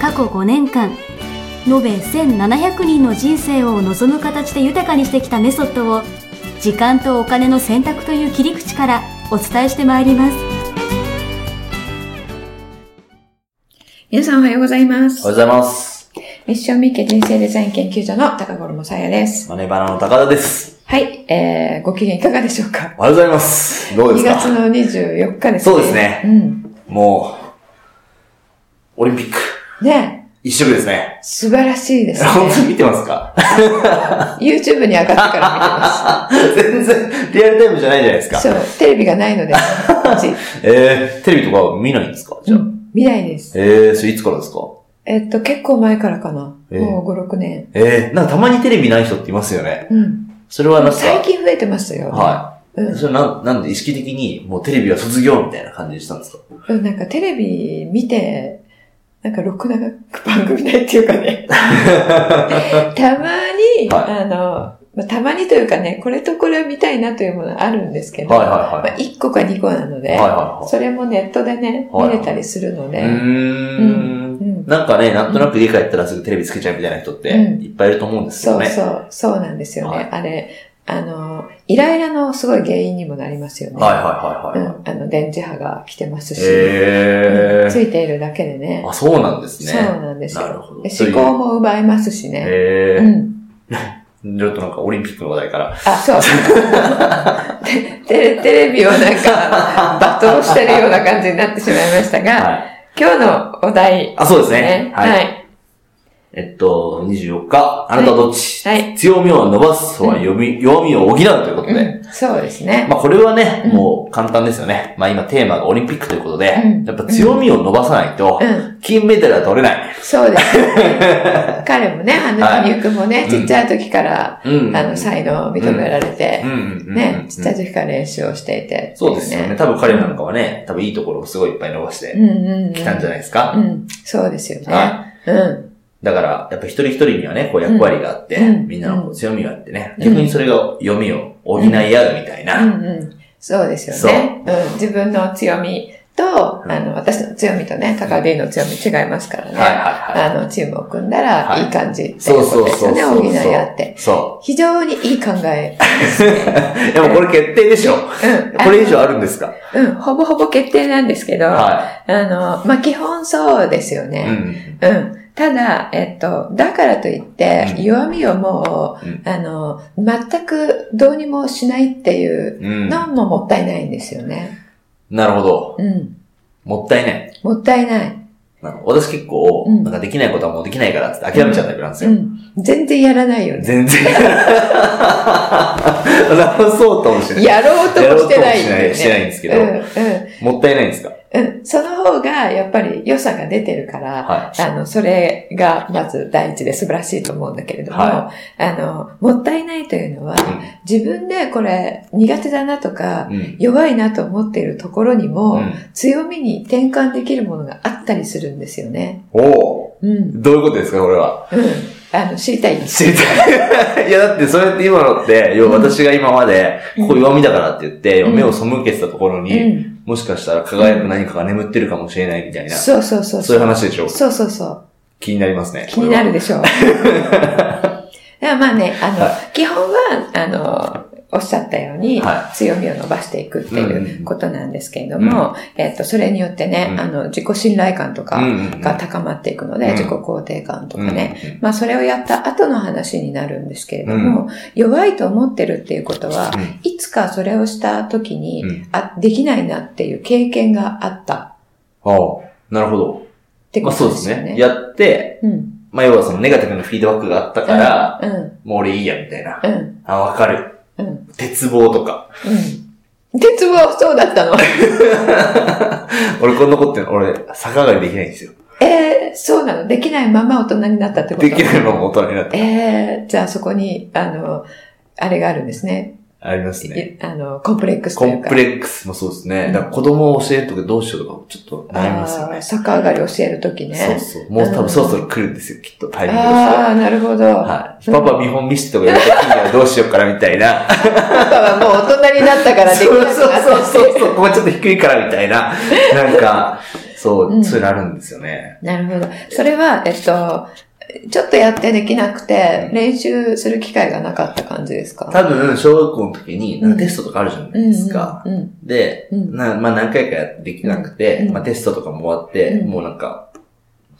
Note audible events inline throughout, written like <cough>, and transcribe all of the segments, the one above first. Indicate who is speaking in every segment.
Speaker 1: 過去5年間延べ1700人の人生を望む形で豊かにしてきたメソッドを時間とお金の選択という切り口からお伝えしてまいります
Speaker 2: 皆さんおはようございま
Speaker 3: おは
Speaker 2: す。
Speaker 3: ようございます。
Speaker 2: ミッションミッケ人生デザイン研究所の高頃もさやです。
Speaker 3: マネバナの高田です。
Speaker 2: はい、えー、ご機嫌いかがでしょうか
Speaker 3: おはようございます。どうで
Speaker 2: ?2
Speaker 3: す
Speaker 2: 月
Speaker 3: か
Speaker 2: の24日ですね。
Speaker 3: そうですね
Speaker 2: うん。
Speaker 3: もう、オリンピック、
Speaker 2: ね
Speaker 3: 一色ですね。
Speaker 2: 素晴らしいですね。
Speaker 3: 本当に見てますか <laughs>
Speaker 2: YouTube に上がってから
Speaker 3: 全然リアルタイムじゃないじゃないです
Speaker 2: 見てま
Speaker 3: か。
Speaker 2: す。そう、テレビがないので、
Speaker 3: <laughs>
Speaker 2: う
Speaker 3: えー、テレビとか見ないんですかじゃあ。
Speaker 2: ん見ないです。
Speaker 3: えー、それいつからですか
Speaker 2: えっと、結構前からかな。
Speaker 3: えー
Speaker 2: もう5、6年。
Speaker 3: えー、なんかたまにテレビない人っていますよね。
Speaker 2: うん。
Speaker 3: それはなんか、
Speaker 2: 最近増えてますよ。
Speaker 3: は
Speaker 2: う
Speaker 3: い。それなん、なんで意識的にもうテレビは卒業みたいな感じにしたんですか
Speaker 2: ん。うん、なんかテレビ見て、なんかろくな番組ないっていうか
Speaker 3: <laughs>
Speaker 2: ね。たまに、
Speaker 3: は
Speaker 2: あの、まあ、たまにというかね、これとこれを見たいなというものあるんですけど、
Speaker 3: はいはいはい
Speaker 2: まあ、1個か2個なので、
Speaker 3: はいは
Speaker 2: それもネットでね、
Speaker 3: はいはい
Speaker 2: 見れたりするの
Speaker 3: い
Speaker 2: で、
Speaker 3: はい。うーん。
Speaker 2: うん
Speaker 3: なんかね、なんとなく家帰ったらすぐテレビつけちゃうみたいな人って、
Speaker 2: うん
Speaker 3: いっぱいいると思うんです
Speaker 2: そ
Speaker 3: よ
Speaker 2: う
Speaker 3: ね。
Speaker 2: そう、そうなんですよね。
Speaker 3: はい
Speaker 2: あれ、あの、イライラのすごい原因にもなりますよね。
Speaker 3: はいはいは
Speaker 2: う
Speaker 3: いはい。
Speaker 2: ん、あの、電磁波が来てますし、
Speaker 3: へ
Speaker 2: ついているだけでね
Speaker 3: ー。、あ、そうなんですね。
Speaker 2: そうなんです
Speaker 3: なるほ
Speaker 2: よ。
Speaker 3: ど
Speaker 2: で思考も奪えますしね。
Speaker 3: へ
Speaker 2: う
Speaker 3: ー
Speaker 2: ん
Speaker 3: ちょっとなんかオリンピックの話題から。
Speaker 2: あ、
Speaker 3: <laughs>
Speaker 2: そう。テテレテレビをなんか、罵
Speaker 3: <laughs>
Speaker 2: 倒してるような感じになってしまいましたが、
Speaker 3: はい。
Speaker 2: 今日のお題
Speaker 3: あ、そうです
Speaker 2: です
Speaker 3: ね
Speaker 2: ね。。
Speaker 3: はい。
Speaker 2: はい。
Speaker 3: えっと、24日、あなたはどっち、
Speaker 2: はい
Speaker 3: 強みを伸ばすとは弱み、弱みを補うということで。
Speaker 2: うんそうですね。
Speaker 3: まあこれはね、
Speaker 2: うん
Speaker 3: もう簡単ですよね。まあ今テーマがオリンピックということで、
Speaker 2: うん
Speaker 3: やっぱ強みを伸ばさないと
Speaker 2: う、ん。
Speaker 3: 金メダルは取れない。
Speaker 2: そうですよ
Speaker 3: <laughs>
Speaker 2: ね。彼もね、あの、
Speaker 3: はい
Speaker 2: ゆくもね、ちっちゃい時から、
Speaker 3: うん。
Speaker 2: あの、才能を認められて
Speaker 3: う、んうんうんうん。
Speaker 2: ね、ちっちゃい時から練習をしていて。
Speaker 3: そうですよね。多分彼なんかはね、多分いいところをすごいいっぱい伸ばし
Speaker 2: う
Speaker 3: て
Speaker 2: んうんうん。
Speaker 3: きたんじゃないですか。
Speaker 2: うん。そうですよね。
Speaker 3: は
Speaker 2: うん。
Speaker 3: だから、やっぱ一人一人にはね、こう役割があって、
Speaker 2: うん
Speaker 3: みんなのこう強みがあってね、
Speaker 2: うん
Speaker 3: 逆にそれが読みを補い合うみたいな。
Speaker 2: うんうん。そうですよね。うん。自分の強みと、
Speaker 3: うん
Speaker 2: あの、私の強みとね、高 D の強み違いますからね。
Speaker 3: はいはいはい。
Speaker 2: あの、チームを組んだら、
Speaker 3: は
Speaker 2: い
Speaker 3: い
Speaker 2: い感じっていうことですよね、補い合って。
Speaker 3: そ
Speaker 2: 非常にいい考え。
Speaker 3: う。 <laughs> でもこれ決定でしょ
Speaker 2: うん。
Speaker 3: <laughs> これ以上あるんですか
Speaker 2: あのうん、ほぼほぼ決定なんですけど、あ
Speaker 3: は
Speaker 2: の、まあ、基本そうですよ
Speaker 3: い。う
Speaker 2: ね。
Speaker 3: ん。
Speaker 2: うん。ただ、えっと、だからといって、
Speaker 3: うん
Speaker 2: 弱みをもう、
Speaker 3: うん
Speaker 2: あの、全くどうにもしないっていう
Speaker 3: うん。
Speaker 2: のももったいないんですよね。
Speaker 3: なるほど。
Speaker 2: うん。
Speaker 3: もったいない。
Speaker 2: もったいない。
Speaker 3: なの私結構、
Speaker 2: うん
Speaker 3: なんかできないことはもうできないからって諦めちゃうタイプなんです
Speaker 2: う
Speaker 3: よ。
Speaker 2: ん。全然やらないよね。<laughs>
Speaker 3: 全然。 <laughs> 直そうともしない。
Speaker 2: やろうともしてないん
Speaker 3: や
Speaker 2: だよ
Speaker 3: ろうともしない
Speaker 2: ね。
Speaker 3: してないんですけど
Speaker 2: うん、うん。
Speaker 3: もったいないんですか
Speaker 2: うん、その方がやっぱり良さが出てるから、
Speaker 3: は
Speaker 2: あの、それがまず第一で素晴らしいと思うんだけれども、
Speaker 3: は
Speaker 2: あの、もったいないというのは、
Speaker 3: い。
Speaker 2: 自分でこれ苦手だなとか、
Speaker 3: うん。
Speaker 2: 弱いなと思っているところにも、
Speaker 3: うん。
Speaker 2: 強みに転換できるものがあったりするんですよね。
Speaker 3: おお
Speaker 2: うん。うん。
Speaker 3: どういうことですか、これは。
Speaker 2: あの、知りたい。
Speaker 3: 知りたい。 <laughs> いや、だって、それって今のって、要は私が今まで、
Speaker 2: うん
Speaker 3: ここ弱みだからって言って、
Speaker 2: うん
Speaker 3: 目を背けてたところ
Speaker 2: う
Speaker 3: に、
Speaker 2: ん。
Speaker 3: もしかしたら輝く何かが眠ってるかもしれないみたいな、
Speaker 2: そうそうそう。
Speaker 3: そういう話でしょ
Speaker 2: そうそうそう。
Speaker 3: 気になりますね。
Speaker 2: 気にな
Speaker 3: る。
Speaker 2: るでしょう。だからまあね、あの、基本は、あの、おっしゃったように、
Speaker 3: は
Speaker 2: 強みを伸ばしていくっていうことなんですけれども、えっと、それによってね、
Speaker 3: うん
Speaker 2: あの、自己信頼感と
Speaker 3: うん
Speaker 2: か
Speaker 3: うん。
Speaker 2: が高まっていくので、
Speaker 3: うん
Speaker 2: 自己肯定感と
Speaker 3: う
Speaker 2: か
Speaker 3: んうん
Speaker 2: ね、。まあ、それをやった後の話になるんですけれども、弱いと思ってるっていうことは、
Speaker 3: うん
Speaker 2: いつかそれをした時に、
Speaker 3: うん
Speaker 2: あ、できないなっていう経験があったっ
Speaker 3: ああ、なるほど。
Speaker 2: て
Speaker 3: ま
Speaker 2: こ
Speaker 3: あそ
Speaker 2: と
Speaker 3: う
Speaker 2: で
Speaker 3: ですす
Speaker 2: よ
Speaker 3: ね。
Speaker 2: ね。
Speaker 3: やって、
Speaker 2: うん。
Speaker 3: まあ要はそのネガティブなフィードバックがあったから、
Speaker 2: うん。
Speaker 3: もう俺いいや、みたいな。
Speaker 2: うん。
Speaker 3: あ、わかる。
Speaker 2: うん。
Speaker 3: 鉄棒とか。
Speaker 2: うん。鉄棒、そうだったの。
Speaker 3: 俺こんなことって、俺、逆上がりできないんですよ。
Speaker 2: ええ、そうなのできないまま大人になったってこと
Speaker 3: できないまま大人になって。
Speaker 2: えー、じゃあそこに、あの、あれがあるんですね。
Speaker 3: ありますね。
Speaker 2: いあの、コンプレックスと
Speaker 3: コ
Speaker 2: いう
Speaker 3: ン
Speaker 2: か。
Speaker 3: プレックスもそうですね。だから子供を教えるとかどうしようとかもちょっと悩みますよ
Speaker 2: あー
Speaker 3: ね。
Speaker 2: 逆上がり教えるときね。
Speaker 3: そうそう。もう多分そろそろ来るんですよ、きっとタイミングとして。
Speaker 2: ああ、なるほど。
Speaker 3: はい。パパ見本見せてとか言われた時にはどうしようかなみたいな。
Speaker 2: パパはもう大人になったからでき
Speaker 3: そう
Speaker 2: なくな
Speaker 3: そ
Speaker 2: ったっ
Speaker 3: う
Speaker 2: て
Speaker 3: そうそうそう。ここちょっと低いからみたいな。なんか、そうう、
Speaker 2: ん
Speaker 3: そういうのあるんですよね。
Speaker 2: なるほど。それは、えっと、ちょっとやってできなくて、
Speaker 3: うん
Speaker 2: 練習する機会がなかった感じですか
Speaker 3: 多分、小学校の時に、なんかテストとかあるじゃないですか。
Speaker 2: うんうん
Speaker 3: で、
Speaker 2: うん
Speaker 3: なまあ何回かできなくて、
Speaker 2: うん
Speaker 3: まあテストとかも終わって、
Speaker 2: うん
Speaker 3: もうなんか、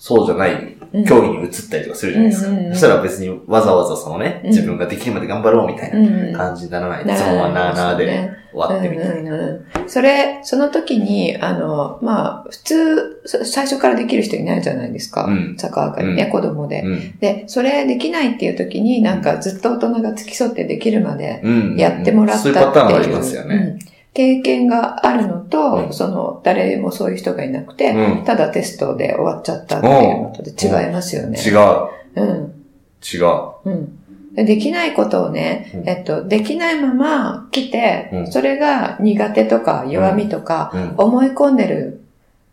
Speaker 3: そうじゃない
Speaker 2: うん
Speaker 3: 競技に移ったりとかするじゃないですか。
Speaker 2: うんうんうん
Speaker 3: そしたら別にわざわざそのね、
Speaker 2: うん
Speaker 3: 自分ができるまで頑張ろうみたい
Speaker 2: うんうん
Speaker 3: な感じにならない。
Speaker 2: ならない
Speaker 3: いつもはなあなあ
Speaker 2: です
Speaker 3: で
Speaker 2: ね
Speaker 3: 終わってみたいな。
Speaker 2: うんうんうんそれ、その時に、あの、まあ、普通、そ最初からできる人いないじゃないですか。
Speaker 3: うん
Speaker 2: 逆上がりね、
Speaker 3: うん
Speaker 2: 子供で、
Speaker 3: うん
Speaker 2: で、それできないっていう時に、なんかずっと大人が付き添ってできるまで
Speaker 3: うん
Speaker 2: やってもらったって
Speaker 3: そう
Speaker 2: いう。
Speaker 3: いうパターンがありますよね。
Speaker 2: うん経験があるのと、
Speaker 3: うん
Speaker 2: その、誰もそういう人がいなくて、
Speaker 3: うん
Speaker 2: ただテストで終わっちゃったっていうのとで違いますよね。
Speaker 3: 違う。
Speaker 2: うん。
Speaker 3: 違う。
Speaker 2: うん。でできないことをね、
Speaker 3: うん
Speaker 2: えっと、できないまま来て、
Speaker 3: うん
Speaker 2: それが苦手とか弱みとか、
Speaker 3: うん。
Speaker 2: 思い込んでる、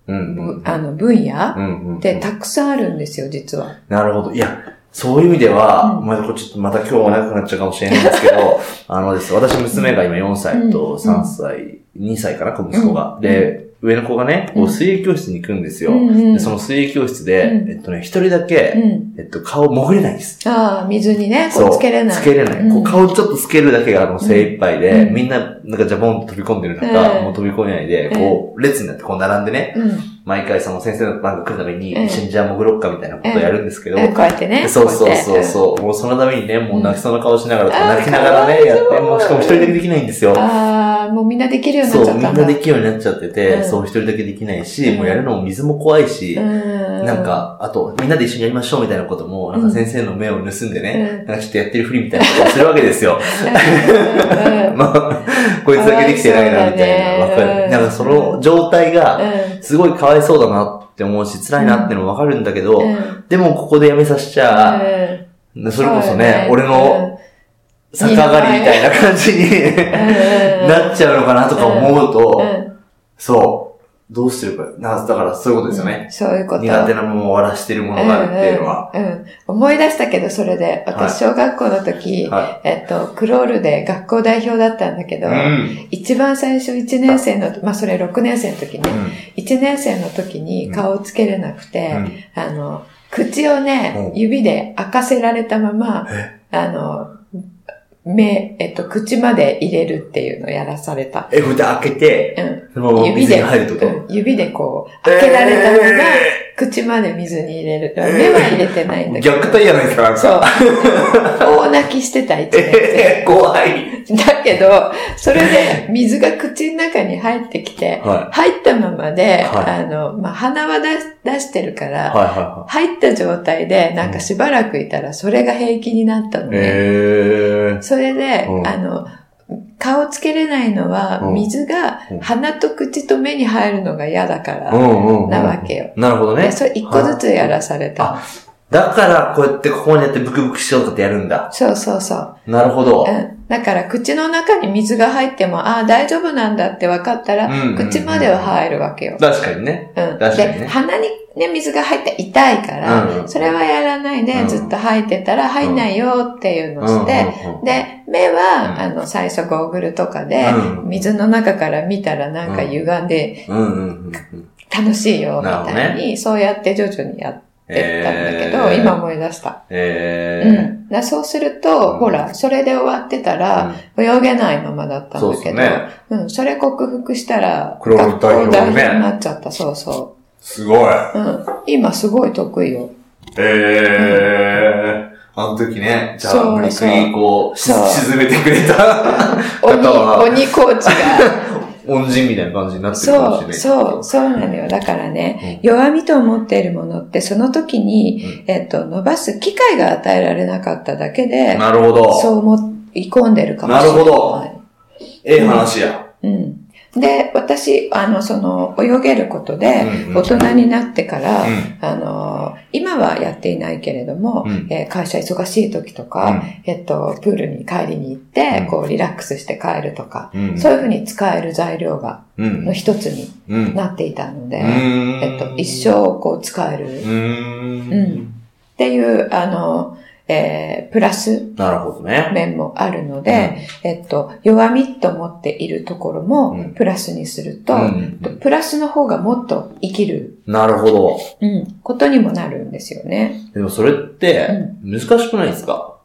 Speaker 3: うんうん。
Speaker 2: あの、分野
Speaker 3: う
Speaker 2: っ
Speaker 3: んうんうん
Speaker 2: てたくさんあるんですよ、実は。
Speaker 3: なるほど。いや、そういう意味では、
Speaker 2: うん
Speaker 3: まあこれちょっとまた今日も長くなっちゃうかもしれないんですけ
Speaker 2: <laughs>
Speaker 3: ど、あのです、私娘が今4歳と3歳、2歳かな、息子が。
Speaker 2: うん
Speaker 3: で、上の子がね、こ
Speaker 2: う
Speaker 3: うん水泳教室に行くんですよ。
Speaker 2: うんうん
Speaker 3: でその水泳教室で、
Speaker 2: うん
Speaker 3: えっとね、一人だけ、
Speaker 2: うん。
Speaker 3: えっと、顔潜れないんです。
Speaker 2: ああ、水にね、こうつけれない。
Speaker 3: つけれない。
Speaker 2: うん
Speaker 3: こう顔ちょっとつけるだけがもう精一杯で、
Speaker 2: うん
Speaker 3: みんな、なんかジャボンと飛び込んでる中、
Speaker 2: うん
Speaker 3: もう飛び込めないで、
Speaker 2: うん
Speaker 3: こう、列になってこう並んでね、
Speaker 2: うん。
Speaker 3: 毎回その先生の番が来るために、
Speaker 2: うん
Speaker 3: 一緒にじゃあ潜ろっかみたいなことをやるんですけど、
Speaker 2: えこうやってね。
Speaker 3: そう
Speaker 2: こ
Speaker 3: そうそう
Speaker 2: やって
Speaker 3: そう。もうそのためにね、もう泣きそうな顔しながらと
Speaker 2: うん
Speaker 3: か、泣きながらね、
Speaker 2: あ
Speaker 3: や
Speaker 2: ー
Speaker 3: っ
Speaker 2: かわ
Speaker 3: て、
Speaker 2: いそう
Speaker 3: もうしかも一人だけできないんですよ
Speaker 2: うん。。ああ、もうみんなできるようにな
Speaker 3: そ
Speaker 2: っちゃ
Speaker 3: う、
Speaker 2: っ
Speaker 3: みん
Speaker 2: た
Speaker 3: なん
Speaker 2: だ。
Speaker 3: できるようになっちゃって
Speaker 2: うん
Speaker 3: て、そう、一人だけできないし、もうやるのも水も怖いし、
Speaker 2: うん。
Speaker 3: なんか、あと、みんなで一緒にやりましょうみたいなことも、なんか先生の目を盗んで
Speaker 2: う
Speaker 3: ね
Speaker 2: ん、
Speaker 3: なんかちょっとやってるふりみたいなことをするわけで
Speaker 2: <laughs>
Speaker 3: すよ。
Speaker 2: うん、う
Speaker 3: <laughs>
Speaker 2: んうん
Speaker 3: まあ、こいつだけできてないな、みたいな。
Speaker 2: かわいそ
Speaker 3: わ
Speaker 2: うだね
Speaker 3: かる。なんかその状態が、
Speaker 2: う
Speaker 3: すごいかわいそうだなって思うし、辛いなってのもわかるんだけ
Speaker 2: ん。う
Speaker 3: ど、
Speaker 2: ん
Speaker 3: でもここでやめさせちゃ、それこそね、俺の、逆上がりみたいな感じに <laughs> なっちゃうのかなとか思う
Speaker 2: うん
Speaker 3: と、そう、どうしてるか、なだからそういうことですよね。
Speaker 2: そういうこと。
Speaker 3: 苦手なものを終わらしてるものがあるっていうのは。
Speaker 2: うんうんうん思い出したけど、それで、私、小学校の時、
Speaker 3: は
Speaker 2: えっと、クロールで学校代表だったんだけ
Speaker 3: い。う
Speaker 2: ど、
Speaker 3: ん。
Speaker 2: 一番最初1年生の、まあ、それ6年生の時ね、1年生の時に顔をつけれなくて、あの、口をね、
Speaker 3: うん
Speaker 2: 指で開かせられたまま、あの、目、えっと、口まで入れるっていうのをやらされた。
Speaker 3: え、こうやって開けて、
Speaker 2: う
Speaker 3: そのま
Speaker 2: ん。
Speaker 3: ま
Speaker 2: 指
Speaker 3: 水
Speaker 2: で、
Speaker 3: に入るってこと
Speaker 2: うん指でこう、開けられたまま、口まで水に入れる。目は入れてないん
Speaker 3: え
Speaker 2: だ
Speaker 3: ー
Speaker 2: けど。
Speaker 3: 虐待やないですか、なんか。
Speaker 2: そう。大泣きしてた、一年
Speaker 3: えー怖い。
Speaker 2: 生。だけど、それで水が口の中に入ってきて、
Speaker 3: は
Speaker 2: 入ったままで、
Speaker 3: は
Speaker 2: あ
Speaker 3: い
Speaker 2: の、まあ、鼻は出し出してるか
Speaker 3: い。
Speaker 2: ら、
Speaker 3: はいはいは
Speaker 2: 入った状態で、なんかしばらくいたら、それが平気になったの
Speaker 3: い。
Speaker 2: ね。
Speaker 3: えー。
Speaker 2: それで、
Speaker 3: うん
Speaker 2: あの、顔つけれないのは、
Speaker 3: うん
Speaker 2: 水が
Speaker 3: うん
Speaker 2: 鼻と口と目に入るのが嫌だか
Speaker 3: う
Speaker 2: ら、
Speaker 3: んうんうん。
Speaker 2: なわけよ。
Speaker 3: なるほど
Speaker 2: で
Speaker 3: ね。
Speaker 2: それ一個ずつやらされた。
Speaker 3: だから、こうやってここにやってブクブクしようとかってやるんだ。
Speaker 2: そうそうそう。
Speaker 3: なるほど
Speaker 2: う。ん。だから、口の中に水が入っても、ああ、大丈夫なんだって分かったら、
Speaker 3: うんうんうん
Speaker 2: 口までは入るわけよ。
Speaker 3: 確かにね。
Speaker 2: うん。
Speaker 3: 確かにね
Speaker 2: で、鼻にね、水が入って痛いから、
Speaker 3: うんうん
Speaker 2: それはやらないで、
Speaker 3: うん
Speaker 2: ずっと入ってたら、入んないよっていうのをして、
Speaker 3: うんうんうん、
Speaker 2: で、目は、
Speaker 3: うん
Speaker 2: あの、最初ゴーグルとかで、
Speaker 3: うん
Speaker 2: 水の中から見たらなんか歪んで
Speaker 3: うんうんうんうん。
Speaker 2: 楽しいよ、み
Speaker 3: なるほど
Speaker 2: たいに、そうやって徐々にやってったんだけど、
Speaker 3: えー
Speaker 2: 今思い出した。
Speaker 3: え
Speaker 2: う
Speaker 3: ー
Speaker 2: ん。だそうすると、
Speaker 3: うん
Speaker 2: ほら、それで終わってたら、泳げないままだったん
Speaker 3: そう
Speaker 2: だ
Speaker 3: で
Speaker 2: け
Speaker 3: す
Speaker 2: ど、
Speaker 3: ね。
Speaker 2: うん、それ克服したら、
Speaker 3: 黒の代表ね
Speaker 2: 学校になっちゃった、そうそ
Speaker 3: すごい。
Speaker 2: う。うん。今すごい得意
Speaker 3: <laughs>
Speaker 2: よ。
Speaker 3: えー。あの時ね、じゃ
Speaker 2: そう
Speaker 3: あ、無理くりこう、し
Speaker 2: そう
Speaker 3: 沈めてくれた <laughs>
Speaker 2: 鬼、
Speaker 3: 方は、
Speaker 2: 鬼コーチが。
Speaker 3: <laughs> 恩人みたいな感じになってるかもし
Speaker 2: そ
Speaker 3: れ
Speaker 2: う、
Speaker 3: ない。
Speaker 2: そう、そうなのよ。だからね、弱みと思っているものって、その時に、えっと、伸ばす機会が与えられなかっただけで、
Speaker 3: なるほど。
Speaker 2: そう思い込んでるかもしれない。
Speaker 3: なるほどええ話や。
Speaker 2: うん。で、私、あの、その、泳げることで
Speaker 3: うんう、ん
Speaker 2: 大人になってから、
Speaker 3: うん
Speaker 2: あの、今はやっていないけれども、
Speaker 3: うん
Speaker 2: えー会社忙しい時とか、えっと、プールに帰りに行って、
Speaker 3: うん
Speaker 2: こう、リラックスして帰るとか、
Speaker 3: うん
Speaker 2: そういうふうに使える材料が、
Speaker 3: うん
Speaker 2: の一つに
Speaker 3: うん
Speaker 2: なっていたので、
Speaker 3: うん
Speaker 2: えっと、一生こう、使えるっ
Speaker 3: うん
Speaker 2: うんていう、あの、えープラス
Speaker 3: なるほどね。
Speaker 2: 面もあるので、えっと、弱みと思っているところ
Speaker 3: う
Speaker 2: も
Speaker 3: ん、
Speaker 2: プラスにすると、
Speaker 3: うん
Speaker 2: プラスの方がもっと生きる、
Speaker 3: なるほど。
Speaker 2: うん、ことにもなるんですよね。
Speaker 3: でもそれって難しくないですか、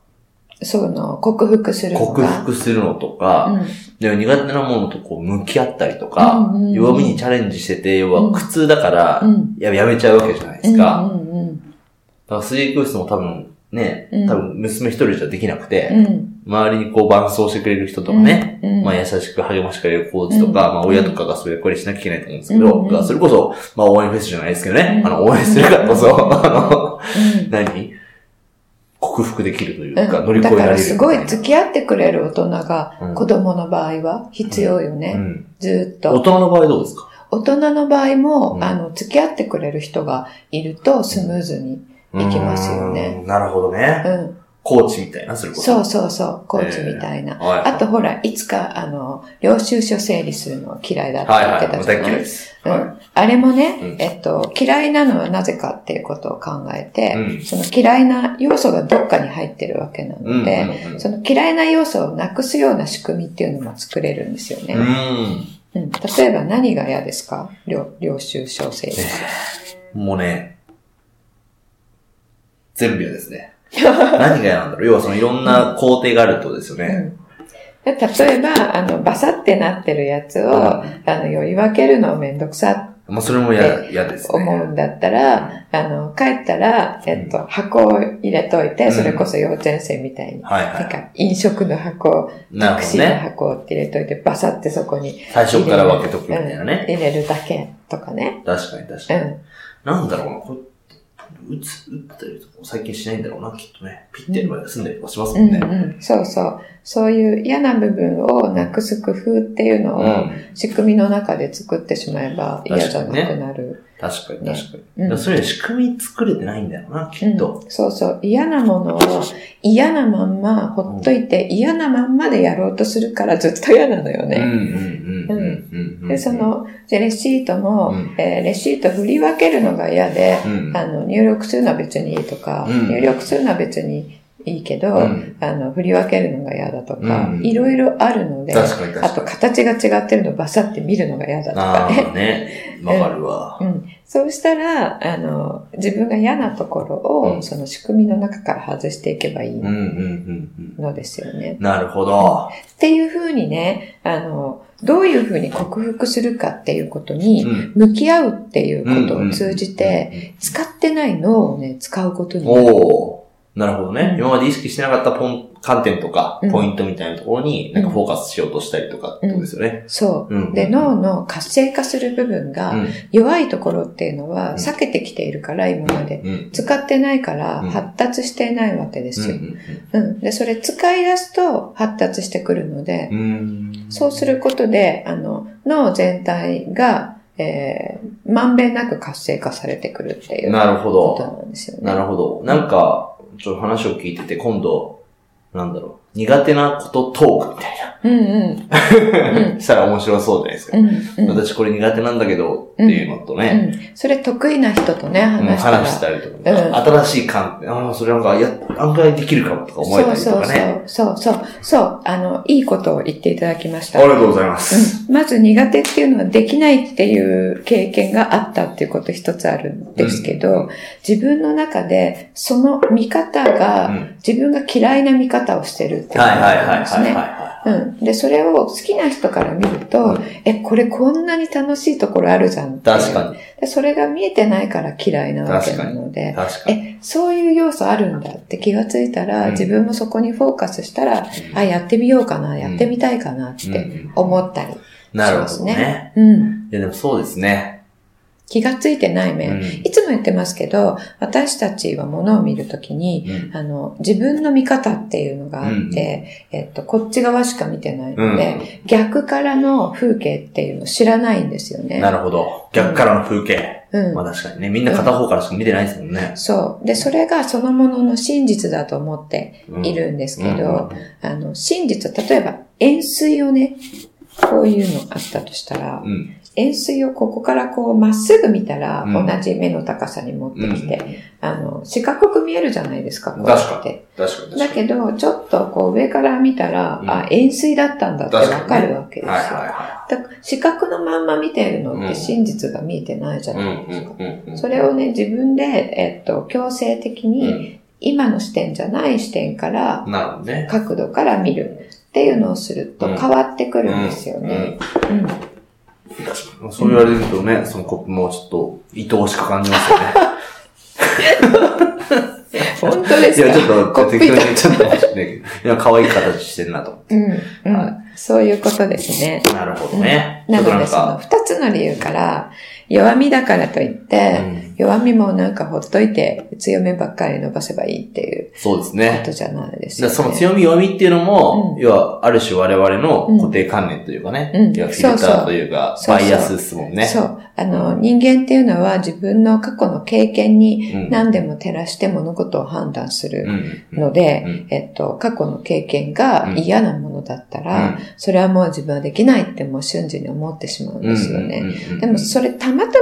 Speaker 2: その、克服するのが。
Speaker 3: 克服するのとか、
Speaker 2: うん
Speaker 3: でも苦手なものとこう向き合ったりとか、
Speaker 2: うんうんうん
Speaker 3: 弱みにチャレンジしてて、要は苦痛だから、
Speaker 2: うん。
Speaker 3: ややめちゃうわけじゃないですか。
Speaker 2: う
Speaker 3: だ
Speaker 2: んうん
Speaker 3: から水泳教室も多分ね、
Speaker 2: うん
Speaker 3: 多分娘一人じゃできなくて、
Speaker 2: うん。うん
Speaker 3: 周りにこう伴走してくれる人とかね、
Speaker 2: うんうん
Speaker 3: まあ優しく励ましてくれるコーチとか、
Speaker 2: うん
Speaker 3: まあ親とかがそういう役割しなきゃいけないと思うんですけど、
Speaker 2: うんうん
Speaker 3: それこそ、まあ応援フェスじゃないですけどね、
Speaker 2: うん
Speaker 3: あの応援するからこそ、
Speaker 2: うん
Speaker 3: あの、 <laughs>
Speaker 2: うん
Speaker 3: 何克服できるという
Speaker 2: う
Speaker 3: か、
Speaker 2: ん
Speaker 3: 乗り越え
Speaker 2: だから
Speaker 3: れ
Speaker 2: ら
Speaker 3: る
Speaker 2: す
Speaker 3: みた
Speaker 2: ご
Speaker 3: いな。
Speaker 2: い付き合ってくれる大人
Speaker 3: う
Speaker 2: が
Speaker 3: ん
Speaker 2: 子供の場合は必要よね。
Speaker 3: うん
Speaker 2: ずーっ
Speaker 3: 大
Speaker 2: と。
Speaker 3: 人の場合どうですか
Speaker 2: 大人の場合も、
Speaker 3: うん
Speaker 2: あの、付き合ってくれる人がいるとスムーズに。いきますよね
Speaker 3: うーんなるほど
Speaker 2: う
Speaker 3: ね。
Speaker 2: ん。
Speaker 3: コーチみたいな、それこ
Speaker 2: そう
Speaker 3: そ。
Speaker 2: そうそう、コーチみたいな。
Speaker 3: はい。
Speaker 2: あとほら、いつか、あの、領収書整理するのは嫌いだって
Speaker 3: はい
Speaker 2: 言っ
Speaker 3: は
Speaker 2: て
Speaker 3: い。
Speaker 2: た
Speaker 3: ま
Speaker 2: じゃ
Speaker 3: た
Speaker 2: な
Speaker 3: 嫌
Speaker 2: い、
Speaker 3: いです。
Speaker 2: う
Speaker 3: はい
Speaker 2: ん、あれもね、
Speaker 3: うん
Speaker 2: えっと、嫌いなのはなぜかっていうことを考えて、
Speaker 3: うん
Speaker 2: その嫌いな要素がどっかに入ってるわけな
Speaker 3: うん
Speaker 2: ので、その嫌いな要素をなくすような仕組みっていうのも作れるんですよね。
Speaker 3: うんう
Speaker 2: う
Speaker 3: ん
Speaker 2: ん例えば何が嫌ですか領領収書整理。
Speaker 3: うん。もうね、全部嫌で
Speaker 2: <laughs>
Speaker 3: すね。何が嫌なんだろう要はそのいろんな工程があるってことですよ
Speaker 2: う
Speaker 3: ね。
Speaker 2: んで例えば、あの、バサってなってるやつを、あの、より分けるのをめんどくさっ
Speaker 3: まあそれも嫌嫌ですね。
Speaker 2: 思うんだったら、あの、帰ったら、えっと、箱を入れといて、
Speaker 3: うん
Speaker 2: それこそ幼稚園生みたいに。
Speaker 3: はいは
Speaker 2: なん
Speaker 3: い。
Speaker 2: か、飲食の箱、
Speaker 3: な
Speaker 2: タ
Speaker 3: る
Speaker 2: ク
Speaker 3: ほ
Speaker 2: シ
Speaker 3: ど
Speaker 2: ーの
Speaker 3: ね。
Speaker 2: 箱って入れといて、バサってそこに
Speaker 3: 最初から分けとくみたいなね。
Speaker 2: 入れるだけとかね。
Speaker 3: 確かに確
Speaker 2: う
Speaker 3: かに。
Speaker 2: ん。
Speaker 3: なんだろうな、これ、打つ、打ったりとかも最近しないんだろうな、きっとね。ピッてやれば休んだりとかします
Speaker 2: う
Speaker 3: もん
Speaker 2: ん
Speaker 3: ね。
Speaker 2: うん。そうそう。そういう嫌な部分をなくす工夫っていうの
Speaker 3: う
Speaker 2: を、
Speaker 3: ん。
Speaker 2: 仕組みの中で作ってしまえば嫌じゃなくなる。
Speaker 3: 確かに確かに。
Speaker 2: うん
Speaker 3: だからそういう仕組み作れてないんだよな、きっと。
Speaker 2: うんそうそう。嫌なものを嫌なまんまほっといて、嫌なまんまでやろうとするからずっと嫌なのよ
Speaker 3: うんうん
Speaker 2: ね。
Speaker 3: うんうんうんうん。
Speaker 2: で、そ、の、でレシートも、
Speaker 3: うん
Speaker 2: えーレシート振り分けるのが嫌で、
Speaker 3: うん。
Speaker 2: あの、入力するのは別にいいとか、
Speaker 3: うん
Speaker 2: 入力するのは別にいいけど、
Speaker 3: うん
Speaker 2: あの、振り分けるのが嫌だとか、
Speaker 3: うん
Speaker 2: いろいろあるので、
Speaker 3: 確かに確かに
Speaker 2: あと形が違ってるのバサって見るのが嫌だとか
Speaker 3: あ
Speaker 2: ね。
Speaker 3: あね、わかるわ。
Speaker 2: うん、そうしたらあの自分が嫌なところを、
Speaker 3: うん
Speaker 2: その仕組みの中から外していけばいい
Speaker 3: うんうんうん
Speaker 2: のですよね。
Speaker 3: うん。なるほど。
Speaker 2: っていうふうにねあのどういうふうに克服するかっていうこと
Speaker 3: う
Speaker 2: に
Speaker 3: ん。
Speaker 2: 向き合うっていうことを通じて、使ってない脳をね使うこと
Speaker 3: う
Speaker 2: に
Speaker 3: ん。
Speaker 2: なる。
Speaker 3: おお。なるほど
Speaker 2: う
Speaker 3: ね
Speaker 2: ん。
Speaker 3: 今まで意識してなかったポン観点とか
Speaker 2: うん、
Speaker 3: ポイントみたいなところに、なんかフォーカスしようとしたりとかってことですよね。
Speaker 2: そうう。
Speaker 3: ん。
Speaker 2: で、脳の活性化する部分
Speaker 3: うん
Speaker 2: が弱いところっていうのは
Speaker 3: ん
Speaker 2: 避けてきているから、今まで。
Speaker 3: うん。
Speaker 2: 使ってないから
Speaker 3: うん
Speaker 2: 発達していないわけですよ。
Speaker 3: う
Speaker 2: うん。で、それ使い出すと発達してくるので、
Speaker 3: ん。うん。
Speaker 2: そうすることで、あの、脳全体が、えー、まんべんなく活性化されてくるっていう
Speaker 3: なるほ
Speaker 2: こ
Speaker 3: ど
Speaker 2: と。なんですよね。
Speaker 3: なるほど。なんか、ちょっと話を聞いてて、今度、なんだろう、苦手なことトークみたい
Speaker 2: うんうん。
Speaker 3: な。したら面白 <laughs> そうじゃないですか。
Speaker 2: うんうん。
Speaker 3: 私これ苦手なんだけど、っていうのと
Speaker 2: う
Speaker 3: ね、
Speaker 2: ん、それ得意な人とね、
Speaker 3: うん
Speaker 2: 話したら。
Speaker 3: 話したりとか、
Speaker 2: うん
Speaker 3: 新しい観点、ああ、それなんかや、案外できるかもとか思えたりとかね。
Speaker 2: そうそうそう。そうそう。そう。あの、いいことを言っていただきました。
Speaker 3: ありがとうございます。
Speaker 2: うんまず苦手っていうのはできないっていう経験があったっていうこと一つあるんですけど、自分の中でその見方
Speaker 3: うん。
Speaker 2: が
Speaker 3: は
Speaker 2: 自分が嫌いな見方をしてるっていう
Speaker 3: い
Speaker 2: の
Speaker 3: はいはい
Speaker 2: があ
Speaker 3: は
Speaker 2: るん
Speaker 3: い
Speaker 2: です
Speaker 3: はい
Speaker 2: ね。
Speaker 3: は
Speaker 2: うん。で、それを好きな人から見ると、
Speaker 3: うん
Speaker 2: え、これこんなに楽しいところあるじゃんっ
Speaker 3: い。
Speaker 2: ていう
Speaker 3: 確かに。
Speaker 2: で。それが見えてないから嫌いなわけなので、
Speaker 3: 確かに。
Speaker 2: え、そういう要素あるんだって気がついたら、
Speaker 3: うん
Speaker 2: 自分もそこにフォーカスしたら、
Speaker 3: うん
Speaker 2: あ、やってみようかな、
Speaker 3: ん
Speaker 2: やってみたいかなっ
Speaker 3: う
Speaker 2: て
Speaker 3: ん
Speaker 2: 思ったりし
Speaker 3: なる
Speaker 2: ま
Speaker 3: ほ
Speaker 2: す
Speaker 3: ど
Speaker 2: ね。
Speaker 3: ね。
Speaker 2: うん。
Speaker 3: いやでもそうですね。
Speaker 2: 気がついてない面。いつも言ってますけど、私たちは物を見るときに、あの、自分の見方っていうのがあって、えっと、こっち側しか見てないので、逆からの風景っていうのを知らないんですよね。
Speaker 3: なるほど。逆からの風景。うん。まあ確かにね。みんな片方からしか見てないですもんね。。
Speaker 2: そう。で、それがそのものの真実だと思っているんですけど、あの、真実、例えば円錐をね、こういうのあったとしたら、円錐をここからこうまっすぐ見たら、同じ目の高さに持ってきて、あの、四角く見えるじゃないですか、こうやって
Speaker 3: 確かに。
Speaker 2: だけど、ちょっとこう上から見たら、あ、円錐だったんだってわかるわけですよ。四角のまんま見てるのって真実が見えてないじゃないですか。それをね、自分で、えっと、強制的に、今の視点じゃない視点から、角度から見るっていうのをすると変わってくるんですよね。うん。
Speaker 3: そう言われるとね、そのコップもちょっと、愛おしく感じますよね。
Speaker 2: 本当です
Speaker 3: かいや、ちょっと、コップ適当にちょっと、いや、可愛い形してるなと。
Speaker 2: うん。そういうことですね。
Speaker 3: なるほどね。
Speaker 2: なので、その二つの理由から、弱みだからといって、弱みもなんかほっといて、強みばっかり伸ばせばいいっていう。
Speaker 3: そうですね。
Speaker 2: ことじゃないですよ
Speaker 3: その強み弱みっていうのも、要は、ある種我々の固定観念というかね。うん。フィルターというか、バイアスですもんね。
Speaker 2: そう。あの、人間っていうのは自分の過去の経験に何でも照らして物事を判断するので、えっと、過去の経験が嫌なものだったら、それはもう自分はできないってもう瞬時に思ってしまうんですよね。でもそれたまた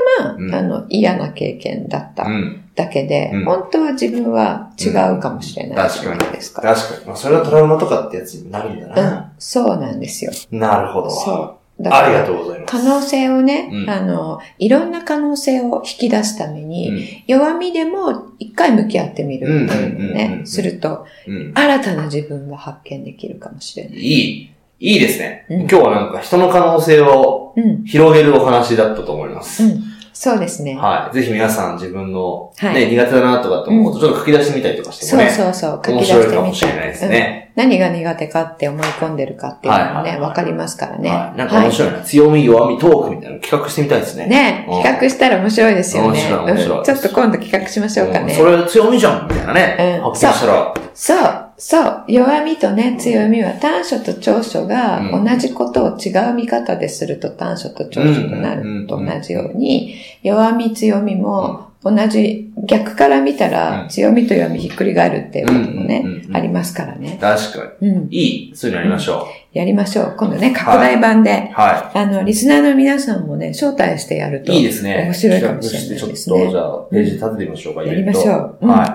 Speaker 2: ま、あの、嫌な経験だっただけで、本当は自分は違うかもしれない
Speaker 3: じゃないですか。確かに。まあ、それはトラウマとかってやつになるんだな。
Speaker 2: うん、そうなんですよ。
Speaker 3: なるほど。。
Speaker 2: そう。
Speaker 3: ありがとうございます
Speaker 2: 可能性をね、あの、いろんな可能性を引き出すために、弱みでも一回向き合ってみるっていうのをね、すると、新たな自分が発見できるかもしれない。
Speaker 3: いい。いいですね。今日はなんか人の可能性を広げるお話だったと思います。
Speaker 2: うんそうですね。
Speaker 3: はい。ぜひ皆さん自分の、ね、苦手だなとかと思うと、ちょっと書き出してみたりとかしてもね。
Speaker 2: そうそうそう。
Speaker 3: 書き出してみたり。かもしれないですね。。
Speaker 2: 何が苦手かって思い込んでるかっていうのもね、わかりますからね。はい
Speaker 3: なんか面白いな。強み、弱み、トークみたいなの企画してみたいですね。
Speaker 2: ね企画したら面白いですよね。
Speaker 3: 面白い、面白
Speaker 2: い。ちょっと今度企画しましょうかね。
Speaker 3: それ強みじゃんみたいなね。発表したら。
Speaker 2: そう。そう。弱みとね、強みは短所と長所が同じことを違う見方ですると短所と長所となると同じように、弱み強みも同じ、逆から見たら強みと弱みひっくり返るっていうこともね、ありますからね。
Speaker 3: 確かに。うん、いい。そういうのやりましょ
Speaker 2: う。やりましょう。今度ね、拡大版で。。
Speaker 3: はい
Speaker 2: あの、リスナーの皆さんもね、招待してやると。
Speaker 3: いいですね。
Speaker 2: 面白いかもしれないですね。
Speaker 3: ちょっと、じゃあ、ページ立ててみましょうか、
Speaker 2: やりましょう。。
Speaker 3: はい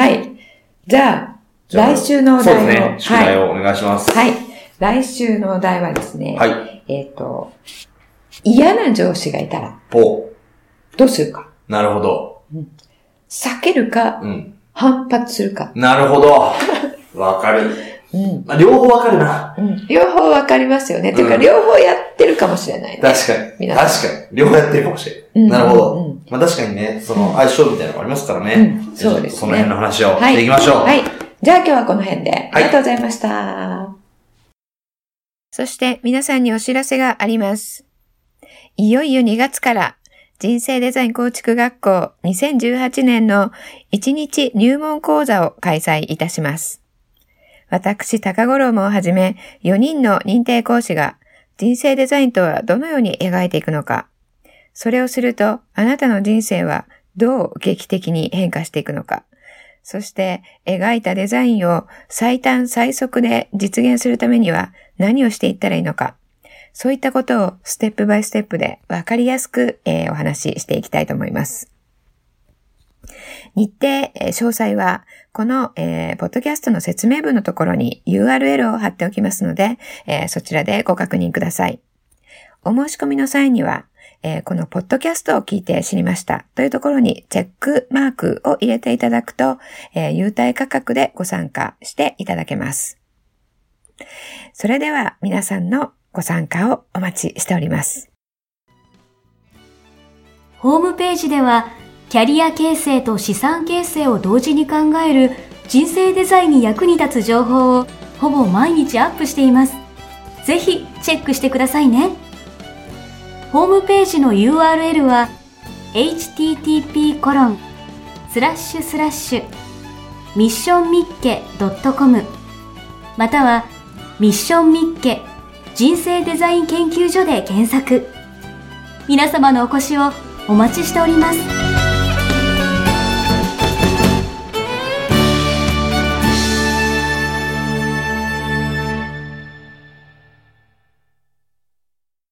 Speaker 2: はい。じゃあ、来週のお
Speaker 3: 題を。そうですね。宿題をお願いします。
Speaker 2: はい。来週のお題はですね。
Speaker 3: はい。
Speaker 2: えっ、と、嫌な上司がいたら。
Speaker 3: ほ
Speaker 2: う。どうするか。
Speaker 3: なるほど。
Speaker 2: うん、避けるか、うん、反発するか。
Speaker 3: なるほど。わかる。うんまあ、両方わかるな。
Speaker 2: うん、両方わかりますよね。ていうか、両方やってるかもしれない、ね。
Speaker 3: 確かに。確かに。両方やってるかもしれない。なるほど。まあ確かにね、その相性みたいなのがありますからね。
Speaker 2: うん、そうですね。
Speaker 3: その辺の話をしていきましょう。
Speaker 2: はい。じゃあ今日はこの辺で。ありがとうございました。はい、そして皆さんにお知らせがあります。いよいよ2月から人生デザイン構築学校2018年の1日入門講座を開催いたします。私、高五郎もはじめ4人の認定講師が人生デザインとはどのように描いていくのか、それをするとあなたの人生はどう劇的に変化していくのか、そして描いたデザインを最短最速で実現するためには何をしていったらいいのか。そういったことをステップバイステップでわかりやすく、えー、お話ししていきたいと思います。日程、えー、詳細はこの、えー、ポッドキャストの説明文のところに URL を貼っておきますので、えそちらでご確認ください。お申し込みの際には、えー、このポッドキャストを聞いて知りましたというところにチェックマークを入れていただくと、えー、優待価格でご参加していただけます。それでは皆さんのご参加をお待ちしております。
Speaker 1: ホームページでは、キャリア形成と資産形成を同時に考える人生デザインに役に立つ情報をほぼ毎日アップしています。ぜひチェックしてくださいね。ホームページの URL は http コロンスラッシュスラッシュミッションミッケ .com またはミッションミッケ人生デザイン研究所で検索皆様のお越しをお待ちしております。